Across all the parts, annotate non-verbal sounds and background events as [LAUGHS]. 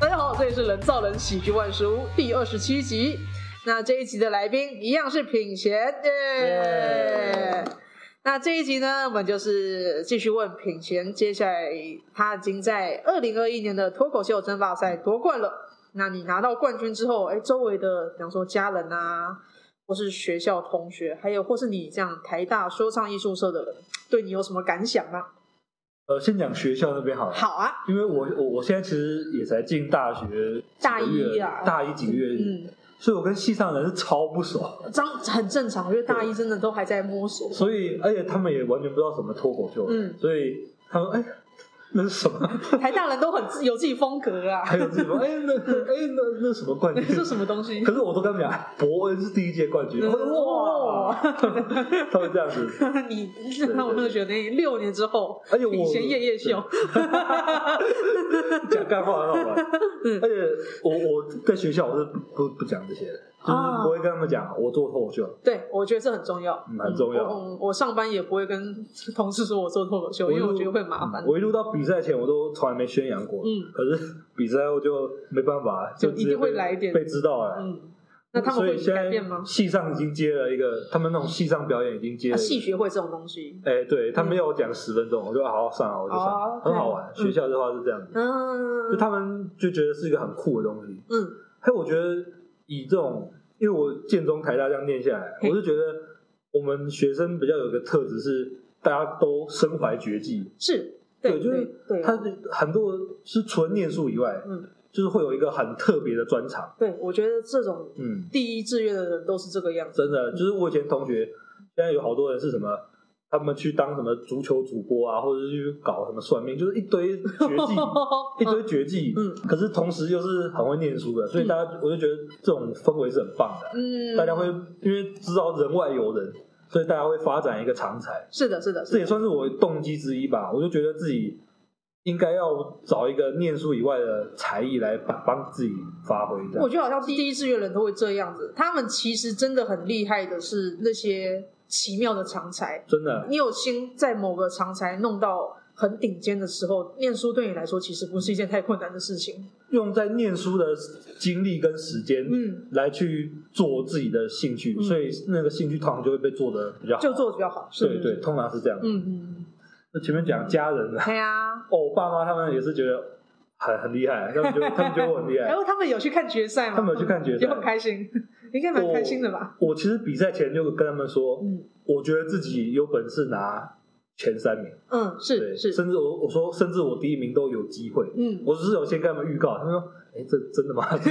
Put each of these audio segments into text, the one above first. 家好，这里是人造人喜剧万事屋第二十七集。那这一集的来宾一样是品贤，耶、那这一集呢，我们就是继续问品贤，接下来他已经在二零二一年的脱口秀争霸赛夺冠了。那你拿到冠军之后，哎，周围的比方说家人啊，或是学校同学，还有或是你这样台大说唱艺术社的人，对你有什么感想吗？呃，先讲学校那边好了。好啊，因为我我我现在其实也才进大学几大个月一啊大一几个月，嗯，所以我跟系上人是超不熟，这样很正常，因为大一真的都还在摸索。所以而且他们也完全不知道什么脱口秀，嗯所以他们哎那是什么？ [LAUGHS] 台大人都很自有自己风格啊， [LAUGHS] 还有这种哎那哎那那什么冠军？是什嗯么东西 [LAUGHS] 可？是我都跟他们讲，伯恩是第一届冠军，哇， [LAUGHS] 他们这样子，你让我就觉得你六年之后，而且我以前夜夜秀， [LAUGHS] 讲干话很好玩，嗯而且我我在学校我是不不不讲这些的，啊就是不会跟他们讲我做脱口秀，对我觉得这很重要，嗯很重要我我我上班也不会跟同事说我做脱口秀，因为我觉得会麻烦嗯。我一路到比赛前，我都从来没宣扬过。嗯可是比赛后就没办法，就直接一定会被来一点被知道了。嗯，那他们所会以现改在变吗？戏上已经接了一个，他们那种戏上表演已经接啊了。戏学会这种东西，哎，对他们要我讲十分钟，我就啊好好上啊，我就哦上，对很好玩。学校的话是这样子，就嗯他们就觉得是一个很酷的东西。嗯，还有我觉得以这种，因为我建中、台大这样念下来，嘿我就觉得我们学生比较有一个特质是，大家都身怀绝技，是，对，就对是对，哦他很多是除了念书以外，嗯，就是会有一个很特别的专长，对我觉得这种嗯，第一志愿的人都是这个样子。真的，就是我以前同学，现在有好多人是什么，他们去当什么足球主播啊，或者是去搞什么算命，就是一堆绝 [LAUGHS] 技，一堆绝技，嗯，可是同时又是很会念书的，所以大家我就觉得这种氛围是很棒的，嗯，大家会因为知道人外有人，所以大家会发展一个长才，是的，是的，是这的也算是我动机之一吧。我就觉得自己应该要找一个念书以外的才艺来帮帮自己发挥。这我样觉得好像第一志愿人都会这样子，他们其实真的很厉害的是那些奇妙的常才。真的，你有心在某个常才弄到很顶尖的时候，念书对你来说其实不是一件太困难的事情。用在念书的精力跟时间，嗯，来去做自己的兴趣，嗯所以那个兴趣通常就会被做的比较好。就做的比较好。是对对，，通常是这样。嗯嗯，那前面讲家人啊，对呀。哦，我爸妈他们也是觉得很很厉害，他们觉得他们觉得我很厉害 [LAUGHS] 然。后他们有去看决赛吗？他们有去看决赛也很开心，应该蛮开心的吧？我其实比赛前就跟他们说，嗯我觉得自己有本事拿前三名，嗯，是对，是，甚至我我说甚至我第一名都有机会。嗯，我只是有先跟他们预告，他们说：“哎、这真的吗？ [LAUGHS]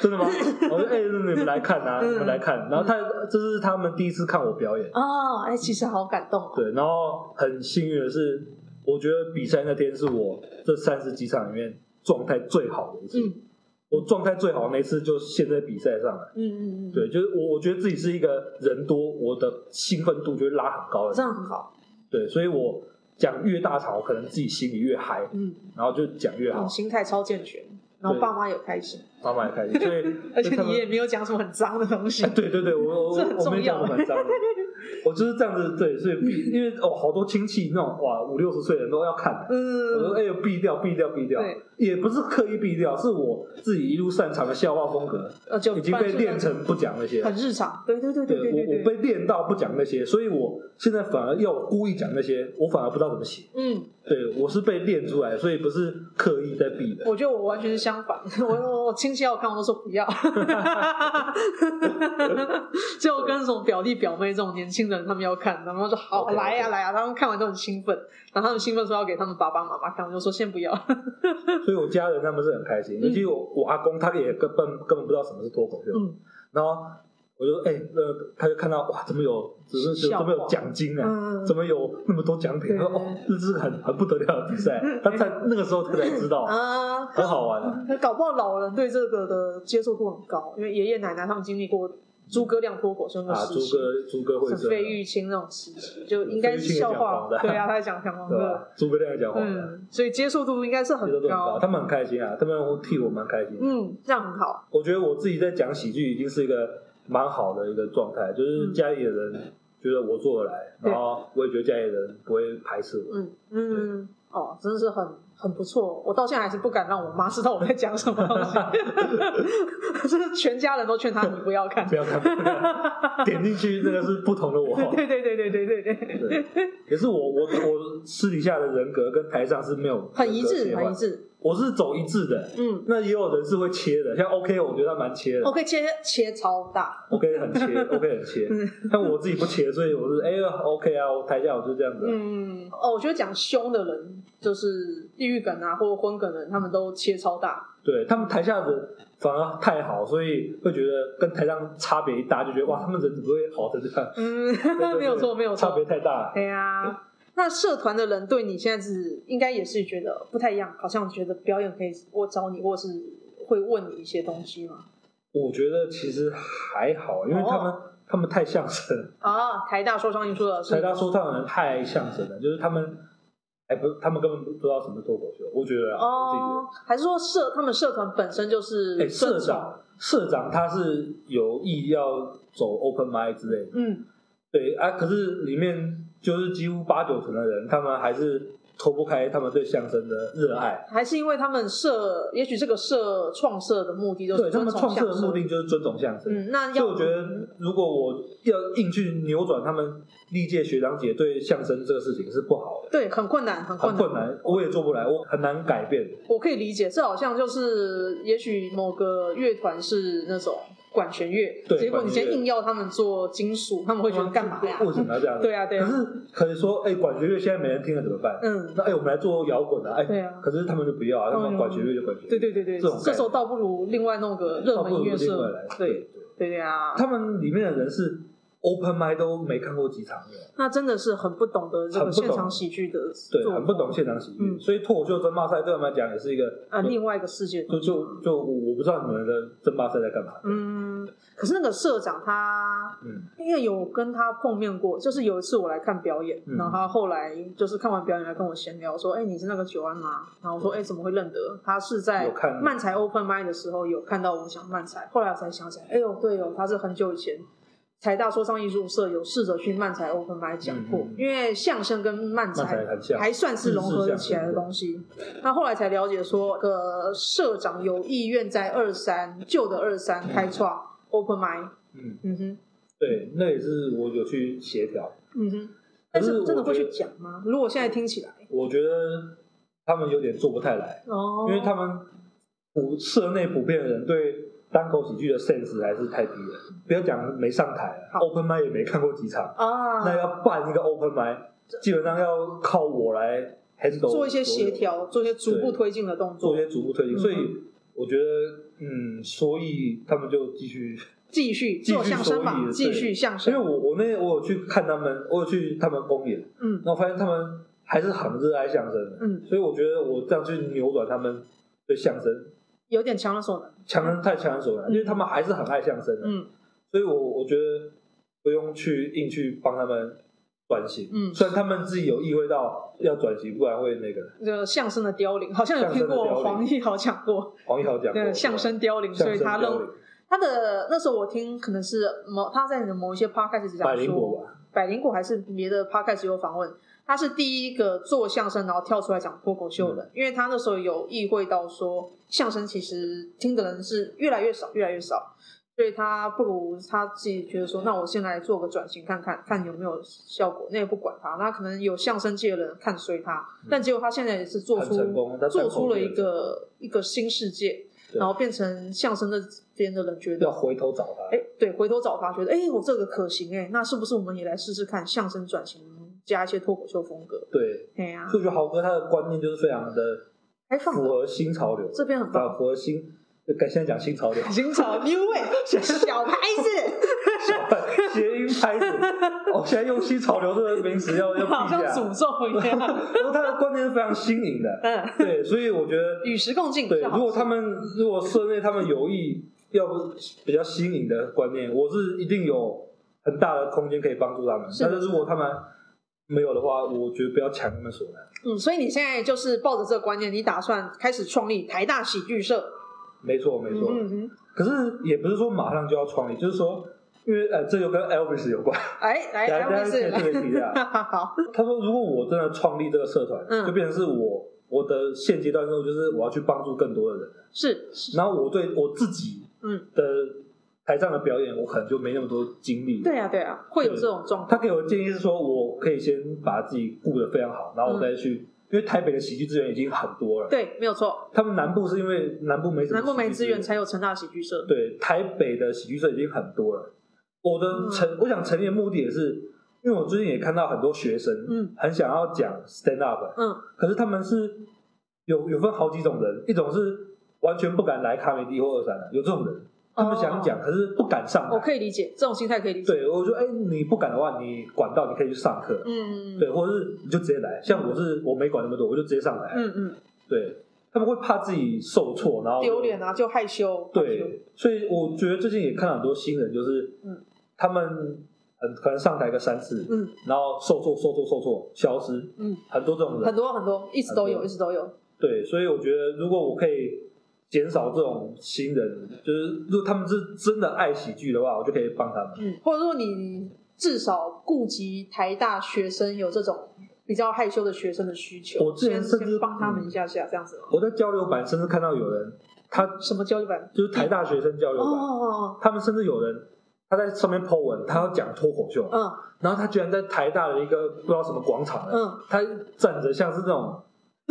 真的吗？”我说：“哎、你们来看啊，嗯你们来看。”然后他这是他们第一次看我表演， [LAUGHS] 哦，哎，其实好感动哦。对。然后很幸运的是，我觉得比赛那天是我这三十几场里面状态最好的一次。嗯我状态最好的那次就现在比赛上了。嗯嗯嗯，对，就是我，我觉得自己是一个人多，我的兴奋度就会拉很高的哦这人。样很好。对，所以我讲越大场，我可能自己心里越嗨，嗯，然后就讲越好嗯，，心态超健全，然后啊对爸妈也开心，，妈妈也开心。所以 [LAUGHS] 而且所以他你们也没有讲什么很脏的东西哎，。 [LAUGHS] 对对对，我我这很我重没要讲过蛮脏的，我就是这样子，对，所以避，因为哦，好多亲戚那种哇，五六十岁的人都要看的，我说嗯，哎呦，避掉，避掉，避掉对，也不是刻意避掉，是我自己一路擅长的笑话风格，呃，就已经被练成不讲那些，很日常。对对对对对我对我对。被练到不讲那些，所以我现在反而要我故意讲那些，我反而不知道怎么写，嗯，对我是被练出来，所以不是刻意在避的。我觉得我完全是相 [LAUGHS] 反，我我我亲戚要看我都说不要， [LAUGHS] 就跟什么表弟表妹这种年轻人他们要看，然后就好 OK，OK 来呀来呀，啊他们看完都很兴奋，然后他们兴奋说要给他们爸爸妈妈看，我就说先不要。所以我家人他们是很开心，嗯尤其我我阿公他也根本根本不知道什么是脱口秀，嗯然后我就哎、呃，他就看到哇，怎么有怎么笑话怎么有奖金啊？嗯，怎么有那么多奖对品？嗯他说：“哦，这是很很不得了的比赛。”他才那个时候他才知道，啊？很好玩啊。搞不好老人对这个的接受度很高，因为爷爷奶奶他们经历过诸葛亮脱口秀 [LAUGHS] 那啊，时猪期，哥猪哥会啊是生，费玉清那种时期，就应该是笑话，费玉啊清也讲黄的对啊，他在讲相关对的，吧？猪哥亮讲话，嗯，所以接受度应该是其实很都很高，高，他们很开心啊，他们替我蛮开心。嗯，这样很好，我觉得我自己在讲喜剧已经是一个蛮好的一个状态，就是家里的人觉得我做得来，嗯对然后我也觉得家里人不会排斥我。嗯嗯嗯，哦，真的是很很不错，我到现在还是不敢让我妈知道我在讲什么东西， [LAUGHS] 就是全家人都劝她你不要 [LAUGHS] 看不。要看，不要看点进去那个是不同的 [LAUGHS] 我。对对对哦对对对对，对，也是我我我私底下的人格跟台上是没有很一人格致，切很换一，致。我是走一致的。嗯那也有人是会切的，像 OK，我觉得他蛮切的，OK，切切超大， ，OK 很切，OK 很切嗯。 [LAUGHS] 但我自己不切，所以我是哎呀 OK 啊，我台下我就这样子啊。嗯，哦，我觉得讲凶的人，就是地狱梗啊，或者昏梗的人，他们都切超大。对他们台下的反而太好，所以会觉得跟台上差别一大，就觉得哇，他们人怎么会好成这样？嗯对对，对 [LAUGHS] 没有错，没有 [LAUGHS] 差错哎别。太大。对呀、那社团的人对你现在是应该也是觉得不太一样，好像觉得表演可以我找你，或是会问你一些东西嘛？我觉得其实还好，因为他哦们、他们太相声了，啊，台大说唱艺术的是台大说唱的人太相声了，就是他们哎不，他们根本不知道什么脱口秀。我觉得啊，我自己觉得哦，还是说社他们社团本身就是哎，尊社崇长社长他是有意要走 open mic 之类的，嗯对啊，可是里面就是几乎八九成的人，他们还是脱不开他们对相声的热爱。还是因为他们社，也许这个社创社的目的就是对他们尊创崇设的相目声的就是尊重相声，嗯，那所以要我觉得如果我要硬去扭转他们历届学长姐对相声这个事情是不好的，对很困难，很困很难，困难，我也做不来，我很难改变。我可以理解，这好像就是也许某个乐团是那种管弦乐，对结果你管弦先乐硬要他们做金属，他们会觉啊得干嘛呀？为什么要这样？对啊，对可啊，是可以说，哎，管弦乐现在没人听了怎么办？嗯，那哎，我们来做摇滚啊，哎，对啊可是他们就不要啊，他嗯们管弦乐就管弦乐，对对对对，这种概念这时候倒不如另外弄个热倒不门如音乐另外社来，，对对，对对啊，他们里面的人是 open m i 都没看过几场的，那真的是很不懂得这个很不现懂场喜剧的对，做很不懂现场喜剧，嗯所以脱口秀争霸赛对他们来讲也是一个啊，另外一个世界，就就就我不知道你们的争霸赛在干嘛。嗯，可是那个社长他嗯，因为有跟他碰面过，就是有一次我来看表演，嗯然后他后来就是看完表演来跟我闲聊说：“哎、你是那个九安吗？”然后我说：“哎、怎么会认得？他是在嗯有看漫才 Open m i d 的时候有看到我讲漫才，后来我才想起来，哎呦，对哦，他是很久以前。”台大说唱艺术社有试着去漫才 Open m i d 讲过，嗯嗯嗯因为相声跟漫那才才很像。嗯还算是融合起来的东西。那后来才了解说，呃，社长有意愿在二三旧的二三开创 Open m i d 嗯，嗯哼。对，那也是我有去协调。嗯哼，但可是是真的会我觉去得讲吗？如果现在听起来，我觉得他们有点做不太来，哦，因为他们普社内普遍的人对单口喜剧的 sense 还是太低了。不要讲没上台了好，open m i 也没看过几场，啊，那要办一个 open m i 基本上要靠我来 handle 做一些所有协，调，做一些逐步对推进的动做作一，些逐步推进。嗯所以我觉得，嗯，所以他们就继续。继续继续 [LAUGHS] 做相声收益嘛，对继续相因为声，我我那我有去看他们，我有去他们公演，嗯然后发现他们还是很热爱相声的，嗯，所以我觉得我这样去扭转他们对相声有点强人所难，强人太强人所难，嗯因为他们还是很爱相声的，嗯所以我我觉得不用去硬去帮他们转型，嗯虽然他们自己有意会到要转型，不然会那个这个相声的凋零，好像有相声听的过凋零黄义豪讲过，黄一豪讲过对，相声凋零，对吧相所声以他凋认零他的那时候我听可能是某他在某一些 podcast 百讲灵说果，吧，百灵果还是别的 podcast 有访问，他是第一个做相声然后跳出来讲脱口秀嗯的，因为他那时候有意会到说相声其实听的人是越来越少，越来越少，所以他不如他自己觉得说，那我先来做个转型看嗯看，看有没有效果，那也不管他，那可能有相声界的人看衰他，但结果他现在也是做出嗯很成功他做单口出了也一个一个新世界，对然后变成相声那边的人觉得要回头找他，哎，对，回头找他，觉得哎，我这个可行哎，那是不是我们也来试试看相声转型，加一些脱口秀风格？对，哎呀、所以我觉得豪哥他的观念就是非常的开放符的合新潮流，这边很啊棒，符合新，呃该现在讲 [LAUGHS] 新潮流，新潮 New [LAUGHS] Way 小牌子，谐音拍子。哦，现在用新潮流这个名词要 [LAUGHS] 要好避像一下。诅咒一样。然后他的观念是非常新颖的，嗯，对，所以我觉得，与时共进。对，这好如果他们如果社内他们有意要不比较新颖的观念，我是一定有很大的空间可以帮助他们。是的但是如果他们没有的话，我觉得不要强他们所难，嗯，所以你现在就是抱着这个观念，你打算开始创立台大喜剧社？没错，没嗯错。嗯嗯，可是也不是说马上就要创立，就是说，因为呃，这就跟 Elvis 有关。哎，来，来来，没事，[LAUGHS] 啊大家可以特别提一下来好，他说，如果我真的创立这个社团，嗯就变成是我我的现阶段任务就是我要去帮助更多的人。是是，然后我对我自己嗯，的台上的表演，我可能就没那么多精力。对啊对啊，会有这种状况。他给我的建议是说，我可以先把自己顾得非常好，然后我再去，因为台北的喜剧资源已经很多了。对，没有错，嗯他们南部是因为南部没什么南部没喜剧资源才有成大喜剧社。对，台北的喜剧社已经很多了。我的成，我想成立的目的也是，因为我最近也看到很多学生，嗯，很想要讲 stand up，嗯可是他们是有有分好几种人，一种是完全不敢来卡梅迪或二三的，有这种人，他们想讲、可是不敢上我台。可以理解这种心态，可以理解。对，我就哎、你不敢的话，你管道你可以去上课，嗯，对，或者是你就直接来。像我是我没管那么多，我就直接上来。嗯嗯，对，他们会怕自己受挫，然后丢脸啊，就害羞。害羞，对，所以我觉得最近也看了很多新人，就是嗯他们很可能上台个三次，嗯然后受挫、受挫、受挫，消失，嗯，很多这种很人。多很多，一直都有，一直都有。对，所以我觉得如果我可以减少这种新人，就是如果他们是真的爱喜剧的话，我就可以帮他们。嗯，或者说你至少顾及台大学生有这种比较害羞的学生的需求，我之前先甚至先帮他们一下下这样子。哦我在交流版甚至看到有人，他什么交流版？就是台大学生交流哦版，哦他们甚至有人他在上面 po 文，他要讲脱口秀，哦，哦然后他居然在台大的一个不知道什么广场嗯呢，嗯，他站着像是那种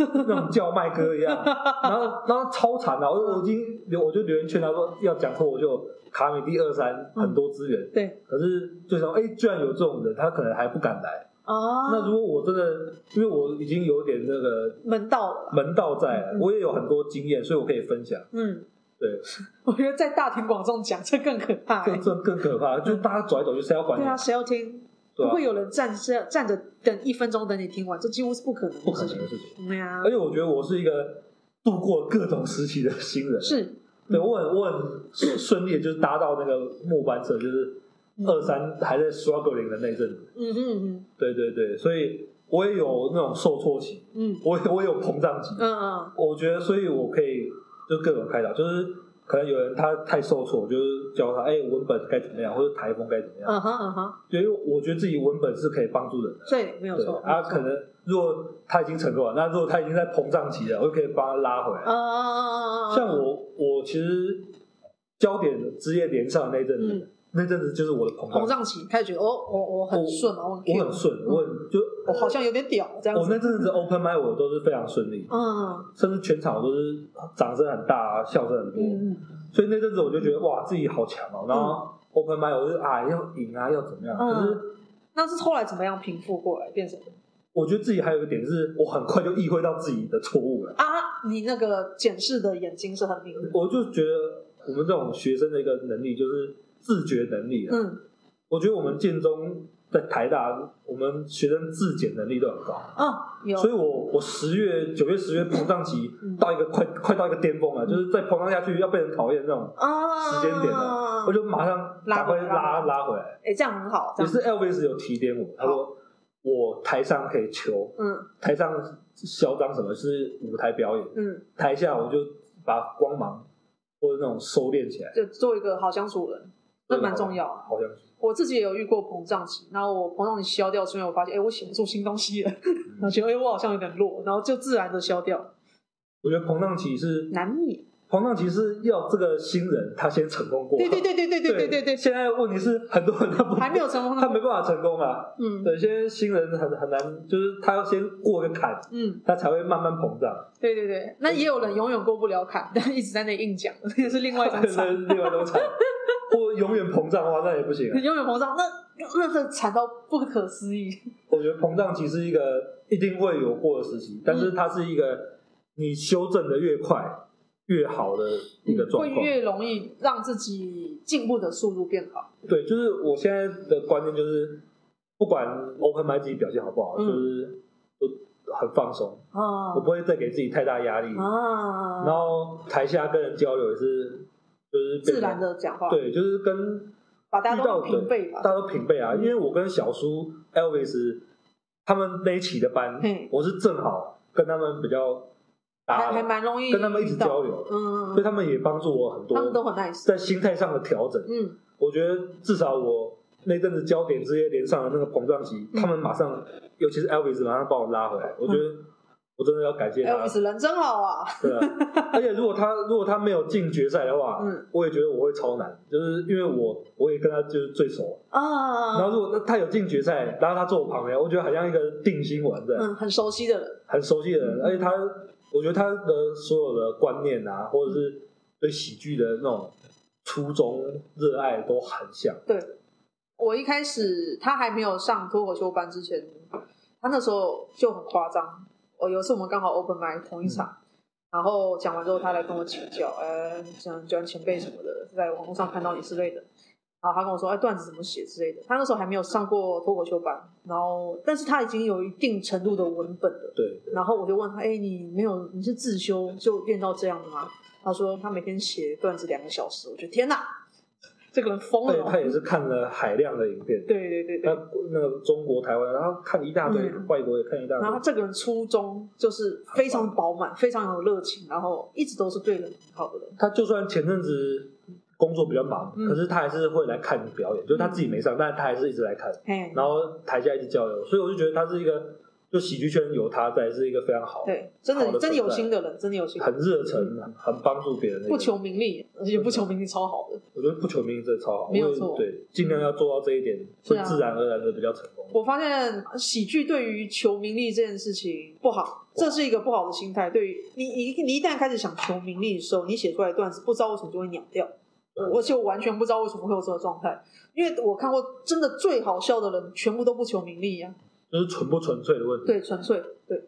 [LAUGHS] 那种叫卖哥 [LAUGHS] 一样，然后然后超惨的，啊我我已经留我就留言劝他说要讲脱口秀，卡米第二三嗯很多资源，对可是就想哎、居然有这种人，他可能还不敢来。啊，那如果我真的，因为我已经有点那个门道了啦。门道在了嗯，我也有很多经验，所以我可以分享。嗯，对， [LAUGHS] 我觉得在大庭广众讲这更可怕、这欸。这更可怕，就是大家走来走去，谁要管你对？啊，谁要听？对不啊会，有人站着站着等一分钟等你听完，这几乎是不可能不的可事能的情。事情。对啊而，且我觉得我是一个度过各种时期的新人，是对我很我很顺顺利，就是搭到那个末班车，就是二三还在 struggling 的那一阵子。嗯嗯对对对，所以我也有那种受挫期，嗯嗯我也我也有膨胀期。嗯嗯，我觉得，所以我可以就各种开导，就是可能有人他太受挫，就是教他哎、文本该怎么样，或者台风该怎么样。嗯哼嗯哼，对，因为我觉得自己文本是可以帮助人的。对，没有对错。啊，没有错可能如果他已经成功了，那如果他已经在膨胀期了，我就可以帮他拉回来。啊啊啊啊！像我，我其实焦点职业连上的那阵子，嗯那阵子就是我的膨膨胀，胀期，开始觉得哦，我我很顺啊，我很 Q 我很顺，嗯我很就我好像有点屌这样我子。那阵子 open m i 我都是非常顺利，嗯甚至全场我都是掌声很大、啊，笑声很多，嗯嗯所以那阵子我就觉得哇，自己好强哦、然后 open m i 我就啊要赢啊，要怎么样？嗯可是那是后来怎么样平复过来变成我觉得自己还有一个点是，我很快就意会到自己的错误了，啊？你那个检视的眼睛是很明的。我就觉得我们这种学生的一个能力就是自觉能力啊。嗯我觉得我们建中在台大，我们学生自检能力都很高，啊，有所以我我十月、九月、十月膨胀期嗯到一个快快到一个巅峰了，就是再膨胀下去要被人讨厌那种，啊时间点了我就马上拉赶快回来拉拉回来拉回来。哎，这样很好，这也样是 Elvis 有提点我，他说我台上可以求，嗯台上嚣张什么是舞台表演，嗯，台下我就把光芒或者那种收敛起来，就做一个好相处人，这蛮重要啊。好像是我自己也有遇过膨胀期，然后我膨胀期消掉是因为我发现，哎、我写不出新东西了，嗯 [LAUGHS] 然后觉得，哎、我好像有点弱，然后就自然的消掉，我觉得膨胀期是难免。膨胀期是要这个新人他先成功过，对对对对对对对对对，现在问题是很多人他不还没有成功 [LAUGHS] 他呢。没办法成功啊。嗯对，现在新人很很难，就是他要先过一个坎，嗯，他才会慢慢膨胀。对对对，那也有人永远过不了坎，但一直在那硬讲，那也是另外一种那是 [LAUGHS] 惨。另外一种 [LAUGHS] 惨，或永远膨胀的话，那也不行啊、永远膨胀，那那这惨到不可思议。我觉得膨胀期是一个一定会有过的时期，但是它是一个你修正的越快越好的一个嗯状会况。越容易让自己进步的速度变好。对，就是我现在的观念就是，不管 open m i 自己表现好不好，嗯就是都很放松，啊我不会再给自己太大压力。啊，然后台下跟人交流也是，就是变成自然，的讲话，对，就是跟把大家遇到都的平辈大吧。家都平辈啊。嗯因为我跟小叔 Elvis 他们那一期的班嘿，我是正好跟他们比较搭还还的，蛮容易跟他们一直遇到交流，嗯，所以他们也帮助我很他们都多，很 nice。在心态上的调整。嗯，我觉得至少我那阵子焦点直接连上了那个膨胀期，嗯他们马上，尤其是 Elvis 马上把我拉回来。我觉得我真的要感谢他。 Elvis 人真好啊！对啊，而且如果他如果他没有进决赛的话，嗯我也觉得我会超难，就是因为我我也跟他就是最熟。然啊，后如果他有进决赛，然后他坐我旁边，我觉得好像一个定心丸这样，嗯，很熟悉的人，很熟悉的人。而且他，我觉得他的所有的观念啊，或者是对喜剧的那种初衷、热爱都很像。对。我一开始他还没有上脱口秀班之前，他那时候就很夸张。哦我有一次我们刚好 open m i 同一场，然后讲完之后，他来跟我请教，呃，讲讲前辈什么的，在网络上看到你之类的。然后他跟我说，哎，段子怎么写之类的。他那时候还没有上过脱口秀班，然后但是他已经有一定程度的文本了。对，对然后我就问他，哎，你没有你是自修就练到这样的吗？他说他每天写段子两个小时，我觉得天哪，这个人疯他也了他哦。也是看了海量的影片，对对对对那，那个中国、台湾，然后看一大堆，嗯外国也看一大然后堆他。这个人初衷就是非常饱满，非常有热情，然后一直都是对人很好的人。他就算前阵子工作比较忙，嗯可是他还是会来看你表演，就是他自己没上，但是他还是一直来看，嘿，然后台下一直交流，所以我就觉得他是一个，就喜剧圈有他在，是一个非常好，对，真好的的真的有存在心的人，真的有心的人，很热忱，很帮助别人的一个不人。求名利，也不求名利，超好的。我觉得不求名真的超好，没有我也错对，尽量要做到这一点，是会啊自然而然的比较成功。我发现喜剧对于求名利这件事情不好，这是一个不好的心态。对于你，你你一旦开始想求名利的时候，你写出来的段子不知道为什么就会鸟掉。嗯我而且我完全不知道为什么会有这个状态，因为我看过真的最好笑的人，全部都不求名利呀、就是纯不纯粹的问题，对，纯粹对，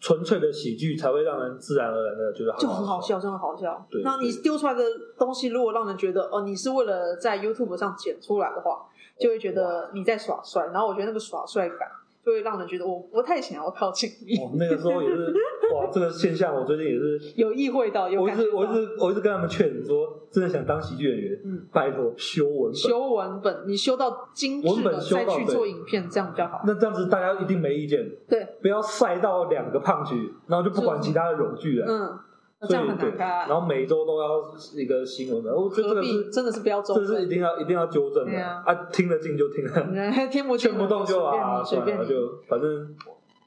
纯粹的喜剧才会让人自然而然的觉得就很好好。笑，真的好笑。啊对那你对丢出来的东西，如果让人觉得哦，你是为了在 YouTube 上剪出来的话，就会觉得你在耍帅。然后我觉得那个耍帅感，就会让人觉得我不太想要靠近你，哦，那个时候也是，哇，这个现象我最近也是，有意会到，有我一感觉直到。我一直我一直跟他们劝说，真的想当喜剧演员，嗯，拜托修文本。修文本，你修到精致文了本修再到去对做影片，这样比较好。那这样子大家一定没意见，对，不要晒到两个胖剧，然后就不管其他的冗剧了。嗯，那这所样以很对，难看啊然。后每周都要一个新闻本，我觉得这何个必是真的是不要这中是一分？定要一定要纠正对的啊啊！听得进就听了， [LAUGHS] 嗯听不劝不动就就啊，随算便了，你。就反正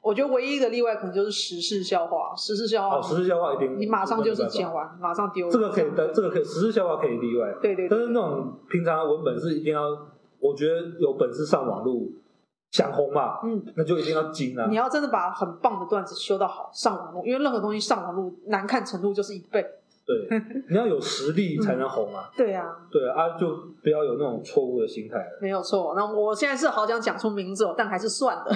我觉得唯一一个例外可能就是时事笑话，时事笑话哦，时事笑话一定你马上就是剪讲，完，马上丢。这个可以，的，但这个可以时事笑话可以例外，对对但对是那种平常的文本是一定要，我觉得有本事上网路想红嘛，嗯，那就一定要精啊你，要真的把很棒的段子修到好上网络，因为任何东西上网络难看程度就是一倍。对， [LAUGHS] 你要有实力才能红啊，对啊，对啊，就不要有那种错误的心 [LAUGHS] 态了。没有错。那我现在是好想讲出名字哦，但还是算 [LAUGHS] 了。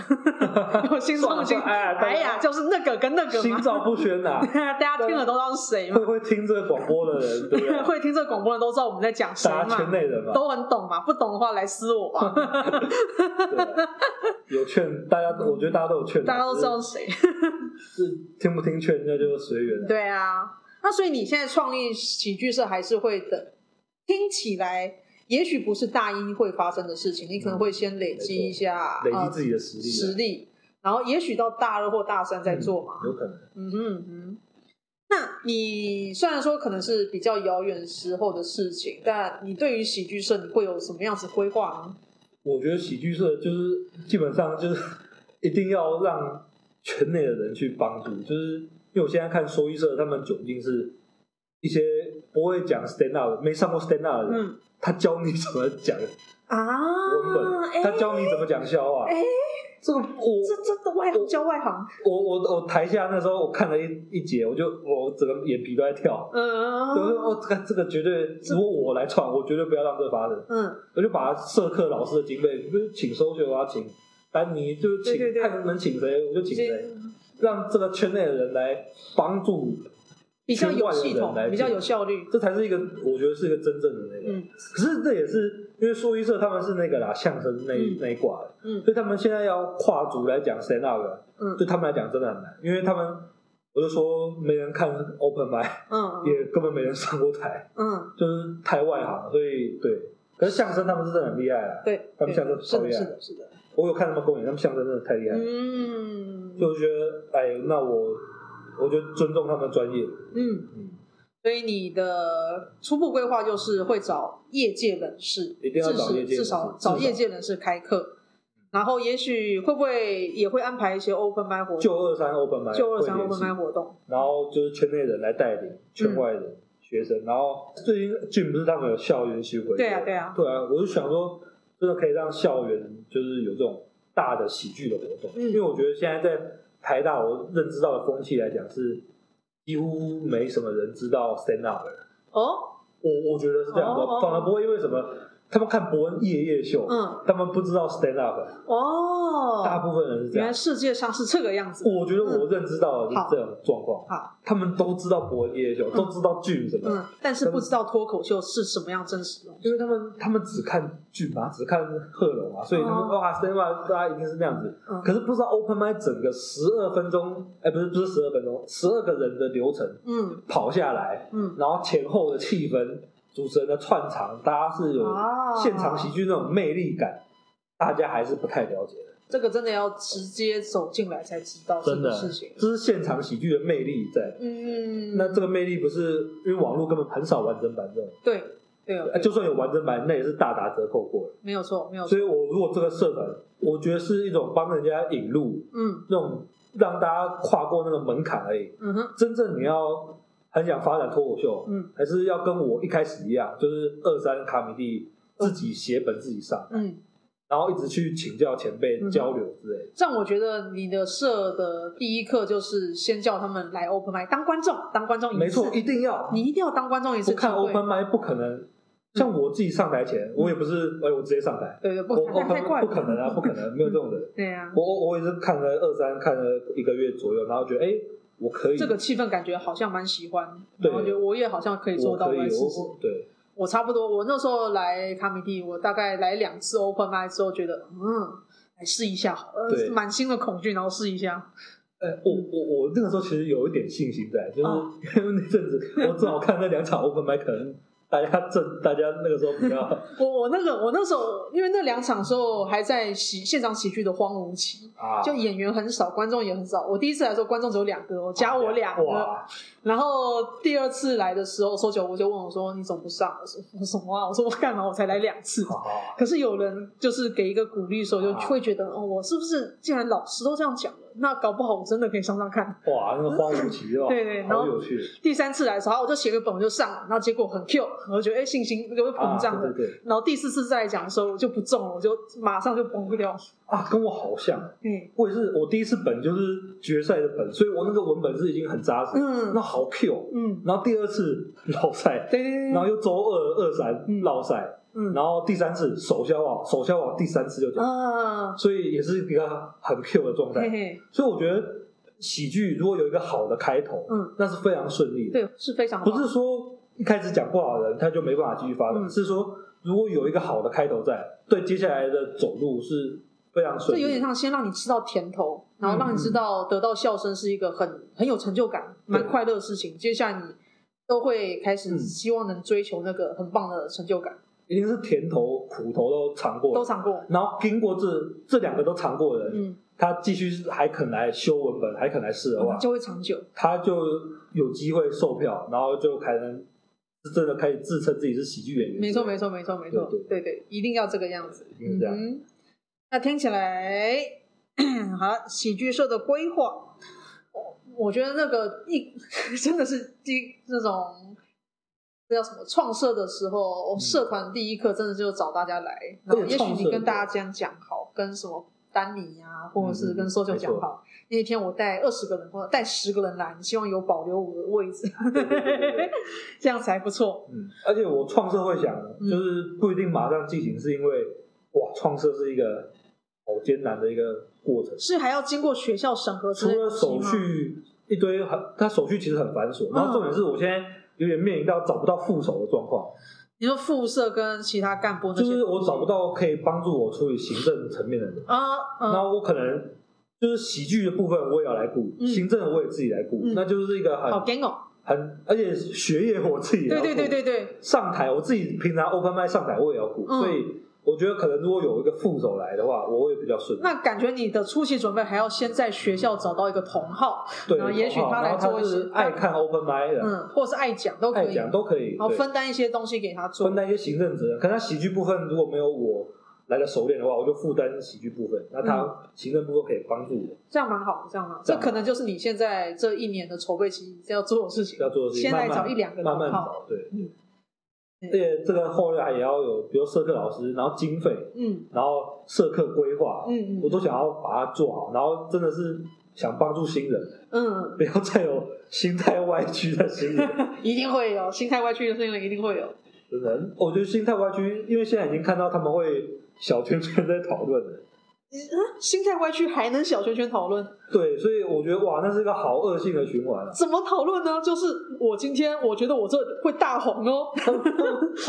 我心中已经，算了哎哎呀呀，就是那个跟那个心嘛，照不宣呐、 [LAUGHS] 大家听了都知道是谁嘛会。会听这个广播的人，对不啊对？ [LAUGHS] 会听这个广播的都知道我们在讲谁大家圈嘛，内人嘛，啊都很懂嘛。不懂的话来私我 [LAUGHS] 吧，对，啊有劝大家，我觉得大家都有劝啊，大家都知道是谁。是听不听劝，那就随缘了。对啊，那所以你现在创立喜剧社还是会等，听起来也许不是大一会发生的事情，你可能会先累积一下、累积自己的实呃力啊，实力，然后也许到大二或大三再做嘛。有可能。嗯哼嗯哼。那你虽然说可能是比较遥远时候的事情，但你对于喜剧社你会有什么样子规划呢？我觉得喜剧社就是基本上就是 [LAUGHS] 一定要让圈内的人去帮助，就是因为我现在看说艺社他们窘境是一些不会讲 stand up、没上过 stand up 的人，嗯他教你怎么讲文啊，本，哎、他教你怎么讲笑话。哎这个我这这这外行教外行，我我我台下那时候我看了一一节，我就我整个眼皮都在哦跳。我就说嗯哦，这个这个绝对，如果我来创，我绝对不要让这发生。嗯，我就把社课老师的经费，就是请收学啊，请丹尼，就是请对对对看能请谁，我就请谁，这让这个圈内的人来帮助，比较有系圈外的统人来，比较听有效率。这才是一个我觉得是一个真正的那个。嗯可是这也是因为说一社他们是那个啦，相声那、嗯那一挂的，嗯所以他们现在要跨足来讲 stand up，啊嗯对他们来讲真的很难，因为他们我就说没人看 open m i 嗯 [LAUGHS] 也根本没人上过台，嗯，就是太外行了，所以对。可是相声他们是真的很厉害啊，对，他对们现在都是超的，厉害是的，是的，我有看他们公演，他们相声真的太厉害了。嗯，就觉得哎，那我我就尊重他们专业，嗯，嗯，所以你的初步规划就是会找业界人士，一定要至找少业界人士至少找至少业界人士开课，然后也许会不会也会安排一些 open mic 活旧动，二三 open 麦，就二三会联 open 系 mic 嗯活动，然后就是圈内人来带领圈外人、学生，然后最近俊不是他们有校园巡回？对啊对啊对啊，我就想说，真的可以让校园就是有这种大的喜剧的活动，嗯因为我觉得现在在台大我认知到的风气来讲是几乎没什么人知道 stand up 的人，哦，我我觉得是这样的，哦哦哦反而不会因为什么。他们看伯恩夜夜秀，嗯他们不知道 stand up，、大哦，部分人是这原样来。世界上是这个样子，我觉得我认知到的是好这种状况，好，他们都知道伯恩夜夜秀，都知道剧什么的，嗯，但是不知道脱口秀是什么样真实的东西，因为他们他们只看剧嘛，只看贺龙啊，所以他们哦哇 stand up 大家一定是那样子。嗯可是不知道 open mic 整个十二分钟，哎、不是不是十二分钟，十二个人的流程嗯跑下来，嗯，然后前后的气氛，主持人的串场，大家是有哦现场喜剧那种魅力感，大家还是不太了解的，这个真的要直接走进来才知道这真的，个事情，这是现场喜剧的魅力在。嗯，那这个魅力不是因为网络根本很少完整版这种，对对哦，呃就算有完整版，那也是大打折扣过了。没有错没有错所，以我如果这个社团，我觉得是一种帮人家引路，嗯那种让大家跨过那个门槛而已。嗯哼真正你要很想发展脱口秀，嗯，还是要跟我一开始一样，就是二三卡米蒂自己写本自己上，嗯。然后一直去请教前辈嗯交流之类的。让我觉得你的社的第一课就是先叫他们来 open mic 当观众，当观众一次，没错，一定要哦你一定要当观众一次不机会。看 open mic 不可嗯能。像我自己上台前，我也不是哎，我直接上台，对对，不我看 open 太怪了，不可能啊，不可能，没有这种人。对啊，我我我也是看了二三，看了一个月左右，然后觉得哎、诶我可以，这个气氛感觉好像蛮喜欢，对然后觉得我也好像可以我做到，可我以，来试试。我对，我差不多，我那时候来卡米蒂，我大概来两次 open mic 之后，觉得嗯，来试一下好了，对呃满心的恐惧，然后试一下。呃、我我我那个时候其实有一点信心在，就是、哦 [LAUGHS] 因为那阵子我正好看那两场 open mic，可能大家正大家那个时候 [LAUGHS] 比较我我那个我那时候，因为那两场时候还在喜现场喜剧的荒芜期，啊，就演员很少，观众也很少。我第一次来的时候，观众只有两个哦，加我两个。哇，然后第二次来的时候，收九我就问我说：“你怎么不上？”我说：“我说什么啊？我说我干嘛？我才来两次。好好，可是有人就是给一个鼓励的时候，就啊会觉得哦，我是不是既然老师都这样讲了，那搞不好我真的可以上上看。哇，那个荒芜期哇， [LAUGHS] 对对然后好有趣第三次来的时候，啊我就写个本我就上了，然后结果很 Q，我就觉得哎信心就会啊，膨胀了。对对对然后第四次再来讲的时候，我就不中了，我就马上就崩掉。啊，跟我好像，嗯我也是，我第一次本就是决赛的本，所以我那个文本是已经很扎实，嗯那好 Q，哦嗯，然后第二次 [LAUGHS] 老赛，对对对，然后又周二二三嗯老赛，嗯然后第三次首销啊，首销啊，第三次就讲，啊，所以也是一个很 Q 的状嘿态。嘿，所以我觉得喜剧如果有一个好的开头，嗯，那是非常顺利的。对，是非常好不是说一开始讲不好的人他就没办法继续发展，嗯是说如果有一个好的开头在，对接下来的走路是非常这顺利有的。点像先让你吃到甜头，然后让你知道得到笑声是一个很很有成就感、蛮快乐的事情。接下来你都会开始嗯希望能追求那个很棒的成就感，一定是甜头、苦头都尝过都了，尝过。然后经过这这两个都尝过的人，嗯，他继续还肯来修文本，还肯来试的话，就会长久。他就有机会售票，然后就才能真的开始自称自己是喜剧演员。没错，没错，没错，没错，对对对，一定要这个样子。一定是这样嗯哼，那听起来 [CLEARS THROAT] 好，喜剧社的规划，我我觉得那个一 [LAUGHS] 真的是第那种。这叫什么？创社的时候，哦嗯社团第一课真的就找大家来，然后也许创社你的跟大家这样讲好，跟什么丹尼啊，或者是嗯跟嗯 social 没错讲好。那一天我带二十个人或者带十个人来，你希望有保留我的位置，对对对对对 [LAUGHS] 这样才不错。嗯，而且我创社会想，嗯就是不一定马上进行，是因为哇，创社是一个好艰难的一个过程，是还要经过学校审核之除类的了东西手吗续一堆很，它手续其实很繁嗯琐，然后重点是我现在有点面临到找不到副手的状况，你说副社跟其他干部那就些是我找不到可以帮助我处理行政层面的人，啊那啊我可能就是喜剧的部分我也要来顾，嗯行政的我也自己来顾，嗯那就是一个很好 gang 哦，很，而且学业我自己也要对顾对对对对，上台我自己平常 open mic 上台我也要顾，嗯所以我觉得可能如果有一个副手来的话，我会比较顺利。那感觉你的初期准备还要先在学校找到一个同好，对，然后也许好他来然后做一些是爱看 open mic 的，嗯，或者是爱讲都可啊爱以，讲然都可以，后对分担一些东西给他做分，担一些行政责任。可能他喜剧部分如果没有我来的熟练的话，我就负担喜剧部分，那他行政部分可以帮助我这样蛮好的，这样吗？这这样可能就是你现在这一年的筹备期要做的事情。要做的事情，先来慢慢找一两个慢慢老炮。找，对。嗯而且这个后来也要有，比如社课老师，然后经费，嗯然后社课规划，嗯嗯我都想要把它做好，然后真的是想帮助新人，嗯， [LAUGHS] 不要再有心态歪曲的新人，一定会有心态歪曲的事情，一定会有。真的， [LAUGHS] 我觉得心态歪曲，因为现在已经看到他们会小圈圈在讨论了，心态歪曲还能小圈圈讨论？。对，所以我觉得哇，那是一个好恶性的循环啊怎么讨论呢？就是我今天我觉得我这会大红哦，他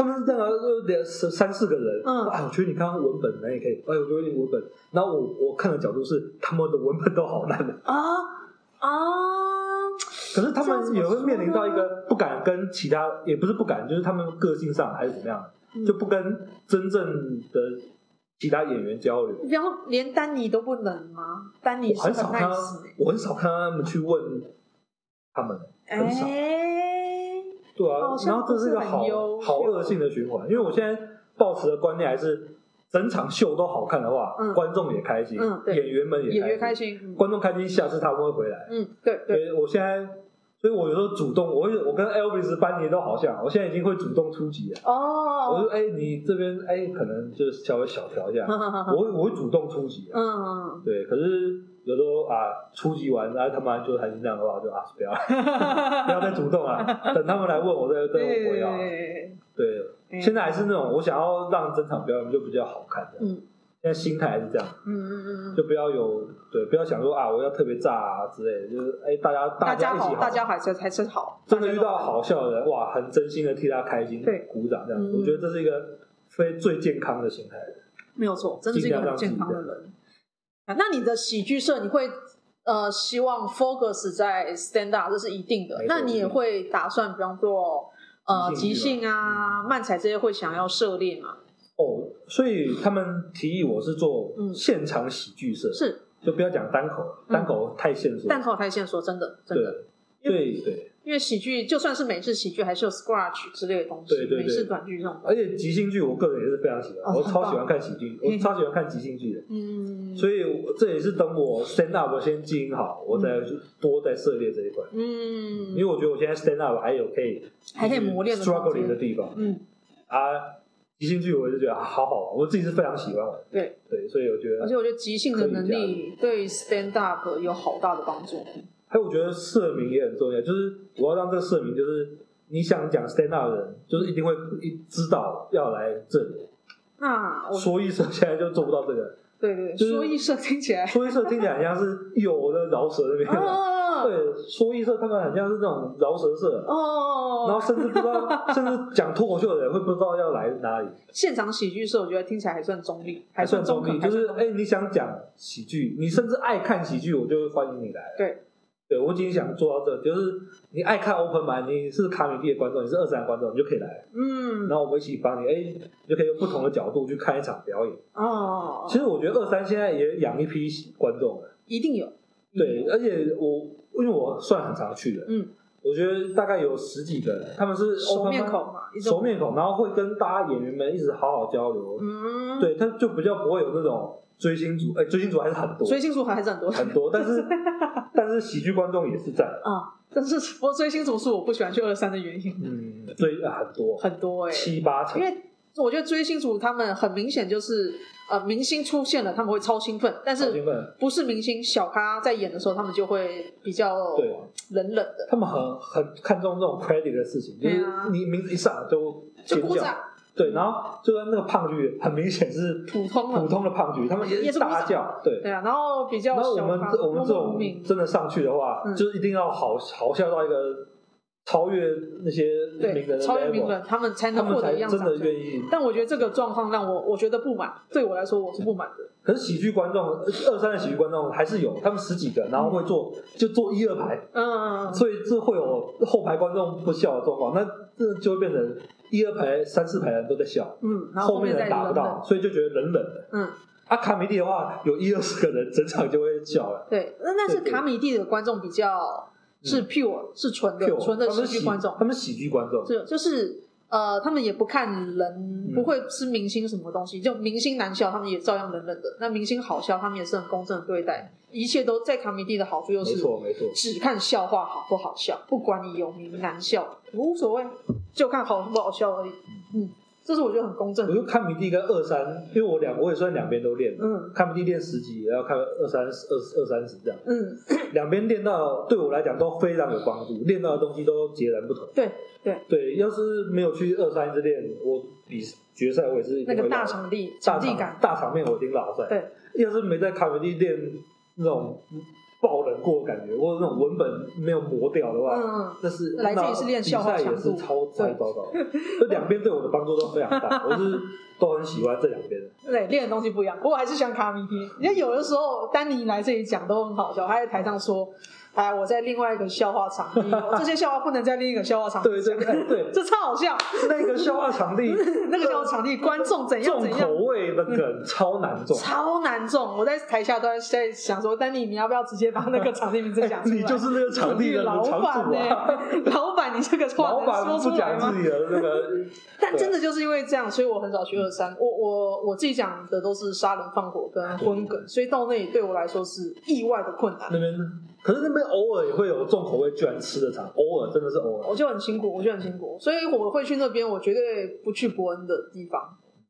们是这样啊，就两三四个人，嗯啊，我觉得你看看文本那也可以，哎，我觉得你文本，然后我我看的角度是他们的文本都好烂 [LAUGHS] 啊，啊啊，可是他这样怎们么也会面临到一说个不敢跟其他，也不是不敢，就是他们个性上还是怎么样，嗯就不跟真正的其他演员交流。比方说连丹尼都不能吗？丹尼我是很很少看到 nice，欸，我很少看到他们去问他们。哎、很少对啊好，像然后这是一个哦好不是很优秀好恶性的循环，因为我现在抱持的观念还是，整场秀都好看的话，嗯观众也开心，嗯对演员们演也员开心，心，嗯观众开心，下次他们会回来。嗯，对所对，以我现在，所以我有时候主动，我会我跟 Elvis 班尼都好像，我现在已经会主动出击了。我哦说，，哎、你这边哎、可能就是稍微小调一下，哈哈哈哈我会我会主动出击啊。嗯，对，可是有时候啊，出击完，然后他们就还是这样的话，就啊，不要 [LAUGHS] 不要再主 [LAUGHS] 动啊，等他们来问我再再回啊。对，对，嗯现在还是那种我想要让整场表演就比较好看的，嗯现在心态还是这样，嗯嗯嗯就嗯，不要有对，不要想说啊我要特别炸啊之类的，就是哎大家大家家一起好，大家还是还是好，真的遇到大家都好笑的人哇，很真心的替他开心，对鼓掌这样，嗯我觉得这是一个非最健康的心态。没有错，真的是一个很健康的人。啊那你的喜剧社，你会呃希望 focus 在 stand up，这是一定的没。错那你也会打算，比方说呃即即兴嗯兴剧吧啊、漫才这些，会想要涉猎嘛？哦，所以他们提议我是做嗯现场喜剧社，是，就不要讲单口，嗯单口太限缩，但口太线说真的，真的，对对对，因为喜剧就算是美式喜剧，还是有 scratch 之类的东西，对对对美式短剧这种。而且即兴剧我个人也是非常喜欢，哦我很超喜棒欢看喜剧，嘿我超喜欢看即兴剧的。嗯，所以以我这也是等我 stand up 我先经营好，我再去多在涉猎这一块。因为嗯我觉得我现在 stand up 还有可以还可以磨练的空间 struggling 的地方嗯，啊。即兴剧我就觉得、啊、好好玩，我自己是非常喜欢玩。对，对，所以我觉而且得，我觉得即兴的能力对 stand up 有好大的帮助。还有我觉得社名也很重要，就是我要让这个社名，就是你想讲 stand up 的人，就是一定会一知道要来这里。那我说一声现在就做不到这个，对对，就是说艺社听起来说一声听起来好像是有的饶舌 [LAUGHS] 那边的。哦对，说一声他们好像是那种饶舌社。然后哦，甚至不知 [LAUGHS] 道，甚至讲脱口秀的人会不知道要来哪里，现场喜剧社我觉得听起来还算中立，还算算中肯，中立。就是还算哎、你想讲喜剧，你甚至爱看喜剧，我就欢迎你来。对，对我已经想做到这，就是你爱看 open m i d 你是卡米蒂的观众，你是二三观众，你就可以来。嗯然后我们一起帮你，哎、你就可以用不同的角度去看一场表演。哦其，实我觉得二三现在也养一批观众了，一定有对，而且我因为我算很常去的，嗯，我觉得大概有十几个人，他们是 open 熟 mic 面孔嘛，一种熟面孔，然后会跟大家演员们一直好好交流。嗯，，对，他就比较不会有那种追星族，哎、追星族还是很多，追星族还是很多很多，但是但是喜剧观众也是在， [LAUGHS] 啊，但是不过追星族是我不喜欢去二三的原因，嗯，追、啊、很多，很多哎，七八成因，为我觉得追星族他们很明显就是呃明星出现了，他们会超兴奋，但好是兴奋，不是明星小咖在演的时候，他们就会比较对冷冷的，他们很很看重这种 credit 的事情，就对是啊你名字一上就就尖鼓叫，掌对，然后就算那个胖剧，很明显是 [LAUGHS] 普通了普。通的胖剧，他们也是是鼓掌大叫，对。对啊，然后比较然后我小们咖这我们这不种明真的上去的话，嗯就是一定要好好笑到一个超越那些名人对的超越名 level 人，他们才他能们获才得一样真的掌声。愿意。但我觉得这个状况让我我觉得不满，对我来说我是不满的。可是喜剧观众，呃二三的喜剧观众还是有，他们十几个，然后会坐就坐一二排，嗯，所以这会有后排观众不笑的状况，那这就会变成一二排、三四排人都在笑，嗯，然后后面面再人打不冷到，冷所以就觉得冷冷的。嗯，啊，卡米蒂的话，有一二十个人，整场就会笑了。对，那但是对对嗯卡米蒂的观众比较是 pure，是纯的， pure，纯的他们喜是剧观众他，们喜剧观众，是就是呃，他们也不看人，不会吃明星什么东西，就明星难笑，他们也照样冷冷的；那明星好笑，他们也是很公正的对待。一切都在卡米蒂的好处就没是错没错，只看笑话好不好笑，不管你有名难笑无所谓，就看好不好笑而已。嗯，这是我觉得很公正我的。就看米蒂跟二三，因为我两我也算两边都练了，嗯看米蒂练十级也要看二三十二二三十这样，嗯，两边练到对我来讲都非常有帮助，练到的东西都截然不同。对对，对，要是没有去二三一直练，我比决赛我也是一定那会个大落场地大场地场感，大场面我一定落赛。对，要是没在卡米蒂练那种爆冷过的感觉，或者那种文本没有磨掉的话，嗯，那是来自于是练笑话那比赛强也度是超超对糟糕的，这两边对我的帮助都非常大，我是都很喜欢这两边的。对，练的东西不一样。不过还是喜欢卡米蒂，因为有的时候丹尼来这里讲都很好笑，他在台上说：“哎，我在另外一个笑话场 [LAUGHS] 地，我这些笑话不能在另一个笑话场地对讲。对对对，这超好笑。那个笑话场 [LAUGHS] 地那个笑话场地观众怎样重怎样口，味的梗超难中，超难中。我在台下都在在想说，丹尼你要不要直接把那个场地名字讲出来？ [LAUGHS] 你就是那个场地的老场板主呢、啊。 [LAUGHS] 老板，你这个话老能板说不出来讲吗自？己的那个，但真的就是因为这样，所以我很少去二三。我我我自己讲的都是杀人放火跟婚对梗，所以到那里对我来说是意外的困难。那边，可是那边偶尔也会有重口味居然吃的场，偶尔真的是偶尔。我就很辛苦，我就很辛苦，所以我会去那边，我绝对不去伯恩的地方，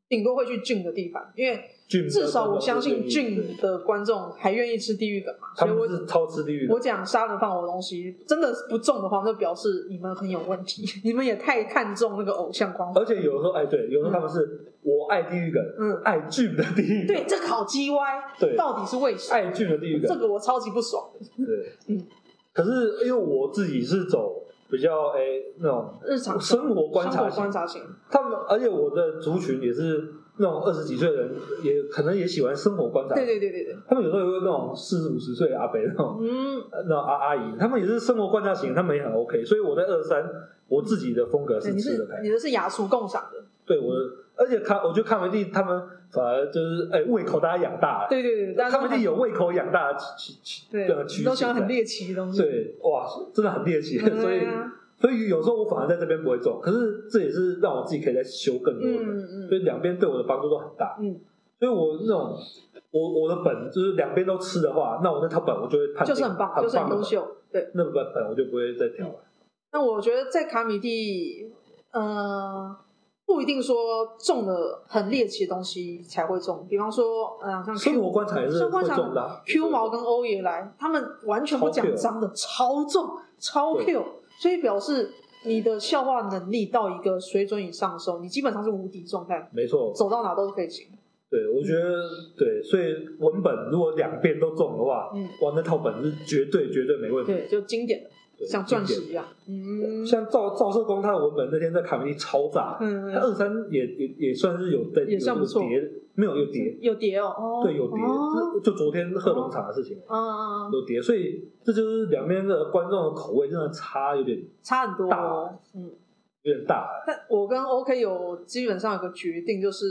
顶多会去俊的地方，因为俊的至少我相信观众都愿意俊，的观众还愿意吃地狱梗嘛，他所以我们是超吃地狱的我。讲杀人放火的东西真的不中的话，那表示你们很有问题， [LAUGHS] 你们也太看重那个偶像光环。而且有时候，哎，对，有时候他们是我爱地狱梗，嗯，爱俊的地狱梗，对，这个好鸡歪，对哎到底是为什么？爱俊的地狱这梗，个我超级不爽。对，嗯。可是因为我自己是走比较哎那种日常生生活观察活型观，察型，他们而且我的族群也是那种二十几岁的人，也可能也喜欢生活观察型，对对对对对，他们有时候也会那种四十五十岁的阿伯那种嗯，那阿阿姨，他们也是生活观察型，他们也很 OK。所以我在二三，我自己的风格对是你吃是得开。你的是雅俗共赏的，对我的，而且看，我觉得看文帝他们反而就是，哎、胃口大家养大了。对对对，大家看都文帝有胃口养大的趋趋对的趋势，都喜欢很。猎奇的东西，对，哇，真的很猎奇。嗯 [LAUGHS] 所以，所以有时候我反而在这边不会中，可是这也是让我自己可以再修更多的。嗯嗯所以两边对我的帮助都很大。嗯，所以我那种，我我的本就是两边都吃的话，那我那套本我就会嗯，判定就是很棒，很就是很的优本秀，对。那本本我就不会再挑了。那我觉得在卡米蒂，呃，不一定说中了很猎奇的东西才会中，比方说，呃，像 Q, 生活观察也是生活会观察中的啊 Q 毛跟欧也来，他们完全不讲脏的，超重超对 Q，所以表示你的笑话能力到一个水准以上的时候，你基本上是无敌状态，没错，走到哪都可以行。对我觉得对，所以文本如果两边都中的话，嗯哇，那套本是绝对绝对没问题，对，就经典的，对像钻。石经典一样。嗯，像赵赵社工他的文本那天在卡梅利超炸，嗯他二三也也也算是有在也算不错有这个叠，没有有叠，有碟哦，哦，对有叠，哦就就昨天贺龙场的事情嗯嗯嗯，有叠，所以这就是两边的观众的口味真的差有点差很多哦。嗯，有点大，但我跟 OK 有基本上有个决定，就是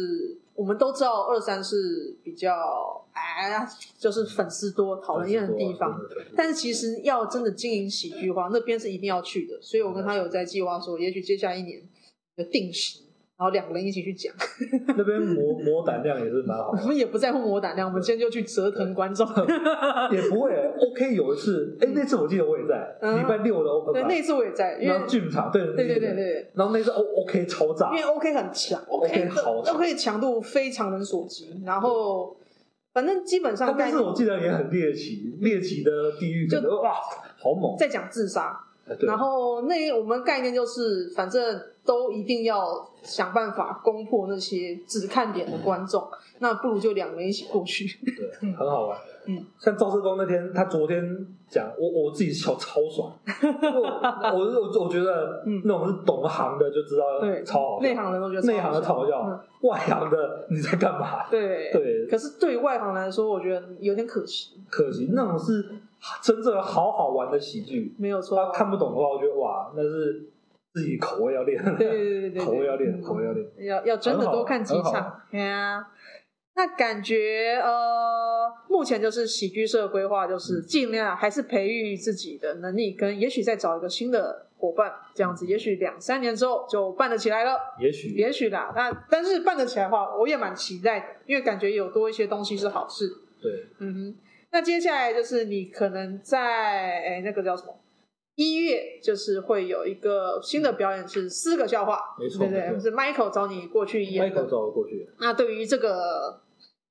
我们都知道二三是比较哎，就是粉丝多、讨人厌的地方。啊真的是。但是其实要真的经营喜剧化，那边是一定要去的。所以我跟他有在计划说，也许接下来一年有定时，然后两个人一起去讲。那边磨磨胆量也是蛮好 [LAUGHS] 我 [LAUGHS] 的。们也不在乎我胆量，我们今天就去折腾观众。也不会、OK，有一次，哎、那次我记得我也在，嗯礼、拜六的 Open 对，那 mic，一次我也在，因为然后剧场，对对对对对，那次对。然后那次 O OK 超炸因，为 OK 很强 OK 的好强，OK 强度非常人所及。然后，反正基本上但概那次我念记得也很猎奇，猎奇的地狱感觉，哇，好猛！在讲自杀，哎对，然后那我们概念就是，反正都一定要想办法攻破那些只看脸的观众，那不如就两个人一起过去。对，很好玩。嗯，像赵社工那天，他昨天讲，我我自己笑超 [LAUGHS] 爽，我我我我觉得嗯那种是懂行的就知道，对，超好笑内，行人都觉得内行的超超好好笑嗯笑，外行的你在干嘛？对。对，可是对于外行来说，我觉得有点可惜，可惜那种是真正好好玩的喜剧，没有错他。看不懂的话，我觉得哇，那是自己口味要练，对对对对对，口味要练，嗯口味要练。要要真的多看几啊很好场，对啊。那感觉呃，目前就是喜剧社规划，嗯就是尽量还是培育自己的能力，跟也许再找一个新的伙伴，这样子，嗯也许两三年之后就办得起来了。也许也许啦，那但是办得起来的话，我也蛮期待的，因为感觉有多一些东西是好事。对，嗯哼，那接下来就是你可能在哎、那个叫什么一月，就是会有一个新的表演是四个笑话，没错对不没对？错是 Michael 找你过去演的 Michael 找我过去。那对于这个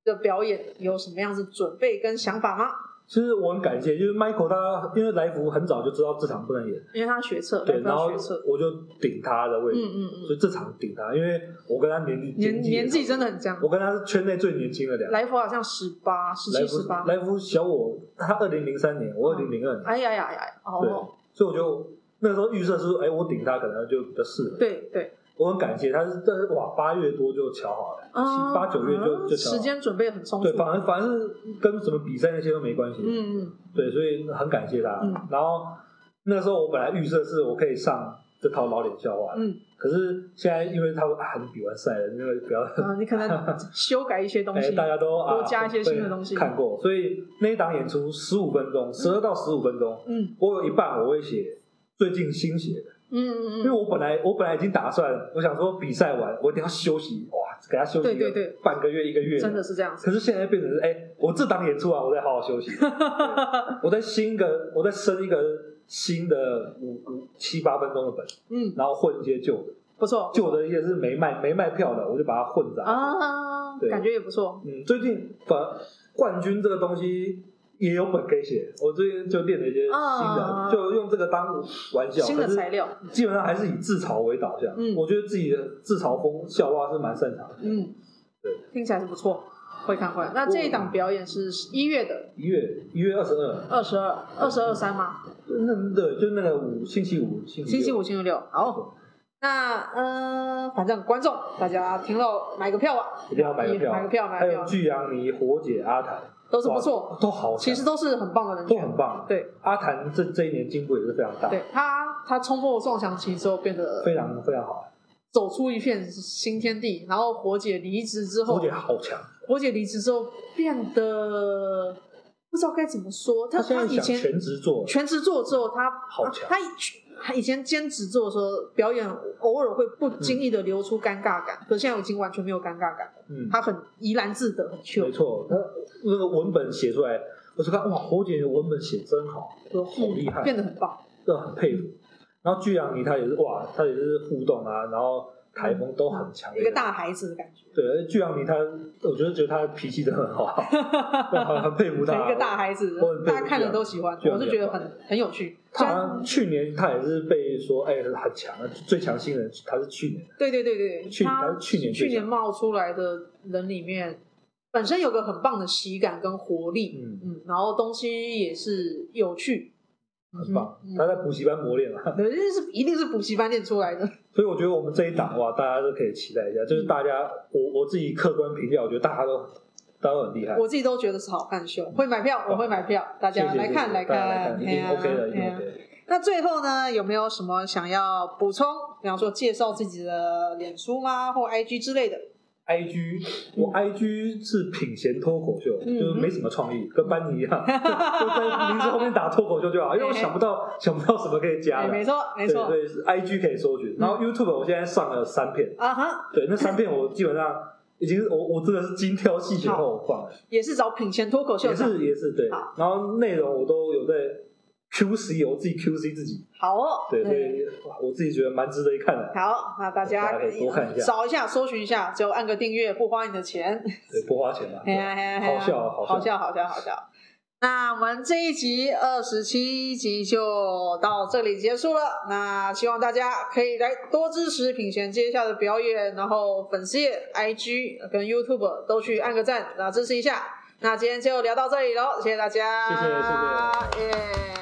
的表演有什么样子准备跟想法吗？其实我很感谢，就是 Michael 他因为来福很早就知道这场不能演，因为他学测，对，他要然后学测，我就顶他的位嗯置，嗯所嗯，以这场顶他，因为我跟他年纪年纪年年纪真的很僵。我跟他是圈内最年轻的两个。来福好像十八、十来七、福十八，来福小我，他二零零三年，我二零零二年，哎呀呀呀！对哦，，所以我就那时候预设是，哎，我顶他可能就比较适合。对对，我很感谢他，是但是哇，八月多就瞧好了，啊七八九月就就瞧时好了。间准备很充足对，。反正反正跟什么比赛那些都没关系。嗯嗯对，所以很感谢他。嗯然后那时候我本来预设是我可以上这套老脸笑话的，嗯，可是现在因为他们啊，你比完赛了，因为不要， [LAUGHS] 啊，你可能修改一些东哎，西，大家都啊多加一些新的东西对看过，所以那一档演出十五分钟，十二到十五分钟，嗯我有一半我会写最近新写的，嗯嗯因为嗯，我本来我本来已经打算，我想说比赛完我一定要休息，哇，给他休息对对个对半个月一个月，真的是这样子。可是现在变成是，哎、我这档演出啊，我再好好 [LAUGHS] 休息，对我再新一个，我再生一个新的五五七八分钟的本，嗯，然后混一些旧的，不错旧的一些是没卖没卖票的，我就把它混杂。啊，对感觉也不错。嗯，最近反冠军这个东西也有本可以写，我最近就练了一些新的，啊就用这个当玩笑，新的可是材料，基本上还是以自嘲为导向。嗯我觉得自己的自嘲风笑话是蛮擅长的。嗯对，听起来是不错，会看会看。那这一档表演是一月的一月一月二十二，二十二、二十二三吗？那对，就那个五星期五、星期星六期五、星期六。好，那呃，反正观众大家听到买个票吧，一定要买个票，买个票，买还个有票，巨阳尼、火姐、阿谭，都是不错，哇，都好其强，实都都是很棒的人都选。很棒。对阿谭这这一年进步也是非常大，对，他他冲破撞墙期之后变得非常非常好。走出一片新天地，然后火姐离职之后火，姐好强，火姐离职之后变得不知道该怎么说，她她现她在以想前全职做，全职做之后，她好强她以她以前兼职做的时候，表演偶尔会不经意的流出尴尬感，可现在已经完全没有尴尬感了，嗯，她很怡然自得，很 chill 没。错，她那个文本写出来，我就看哇，火姐的文本写真好，都好厉害，嗯变得很棒，这很佩服。然后巨阳尼他也是哇，他也是互动啊，然后台风都很强的一人，个大孩子的感觉，对，而且巨阳尼他，我觉得觉得他脾气真的很 [LAUGHS] 好，我很很佩服他。一个大孩子我很，佩服大家看了都喜欢，这样我是觉得很很有趣。他虽好然像去年他也是被说，哎、很强，最强新人，他是去年的，对对对对，去他他是去年去最年强，冒出来的人里面，本身有个很棒的喜感跟活力，嗯，嗯，然后东西也是有趣，很棒。嗯他在补习班磨练嘛，对，这是一定是补习班练出来 [LAUGHS] 的，所以我觉得我们这一档哇，大家都可以期待一下。就是大家，我我自己客观评价，我觉得大家都大家都很厉害。我自己都觉得是好看秀，会买票，我会买票，大谢嗯谢家来看谢谢大家来看，看，一嘿定呀 OK 的，一定嘿呀啊 OK 的。那最后呢，有没有什么想要补充？比方说介绍自己的脸书吗，或 IG 之类的？ I G，我 I G 是品贤脱口秀，嗯就是没什么创意，跟班尼一 [LAUGHS] 样，就就在名字后面打脱口秀就好，因为我想不到想不到什么可以加哎，的。没错，没错，嗯对对，I G 可以搜寻，然后 YouTube 我现在上了三片，啊哈，对，那三片我基本上已经是我我真的是精挑细选后我放了，也是找品贤脱口秀也的，是也是对好，然后内容我都有在 Q C，我自己 Q C 自己，好哦，对，所以哇我自己觉得蛮值得一看的，好，那大大家家可以多看一下找一下，搜寻一下，只有按个订阅，不花你的钱。啊对，不花钱嘛，嘿哎呀嘿呀嘿呀，好笑啊好好笑，好笑，好笑。那我们这一集二十七集就到这里结束了。那希望大家可以来多支持品贤接下的表演，然后粉丝页、IG 跟 YouTube 都去按个赞，那支持一下。那今天就聊到这里喽，谢谢大家，谢谢谢谢，耶。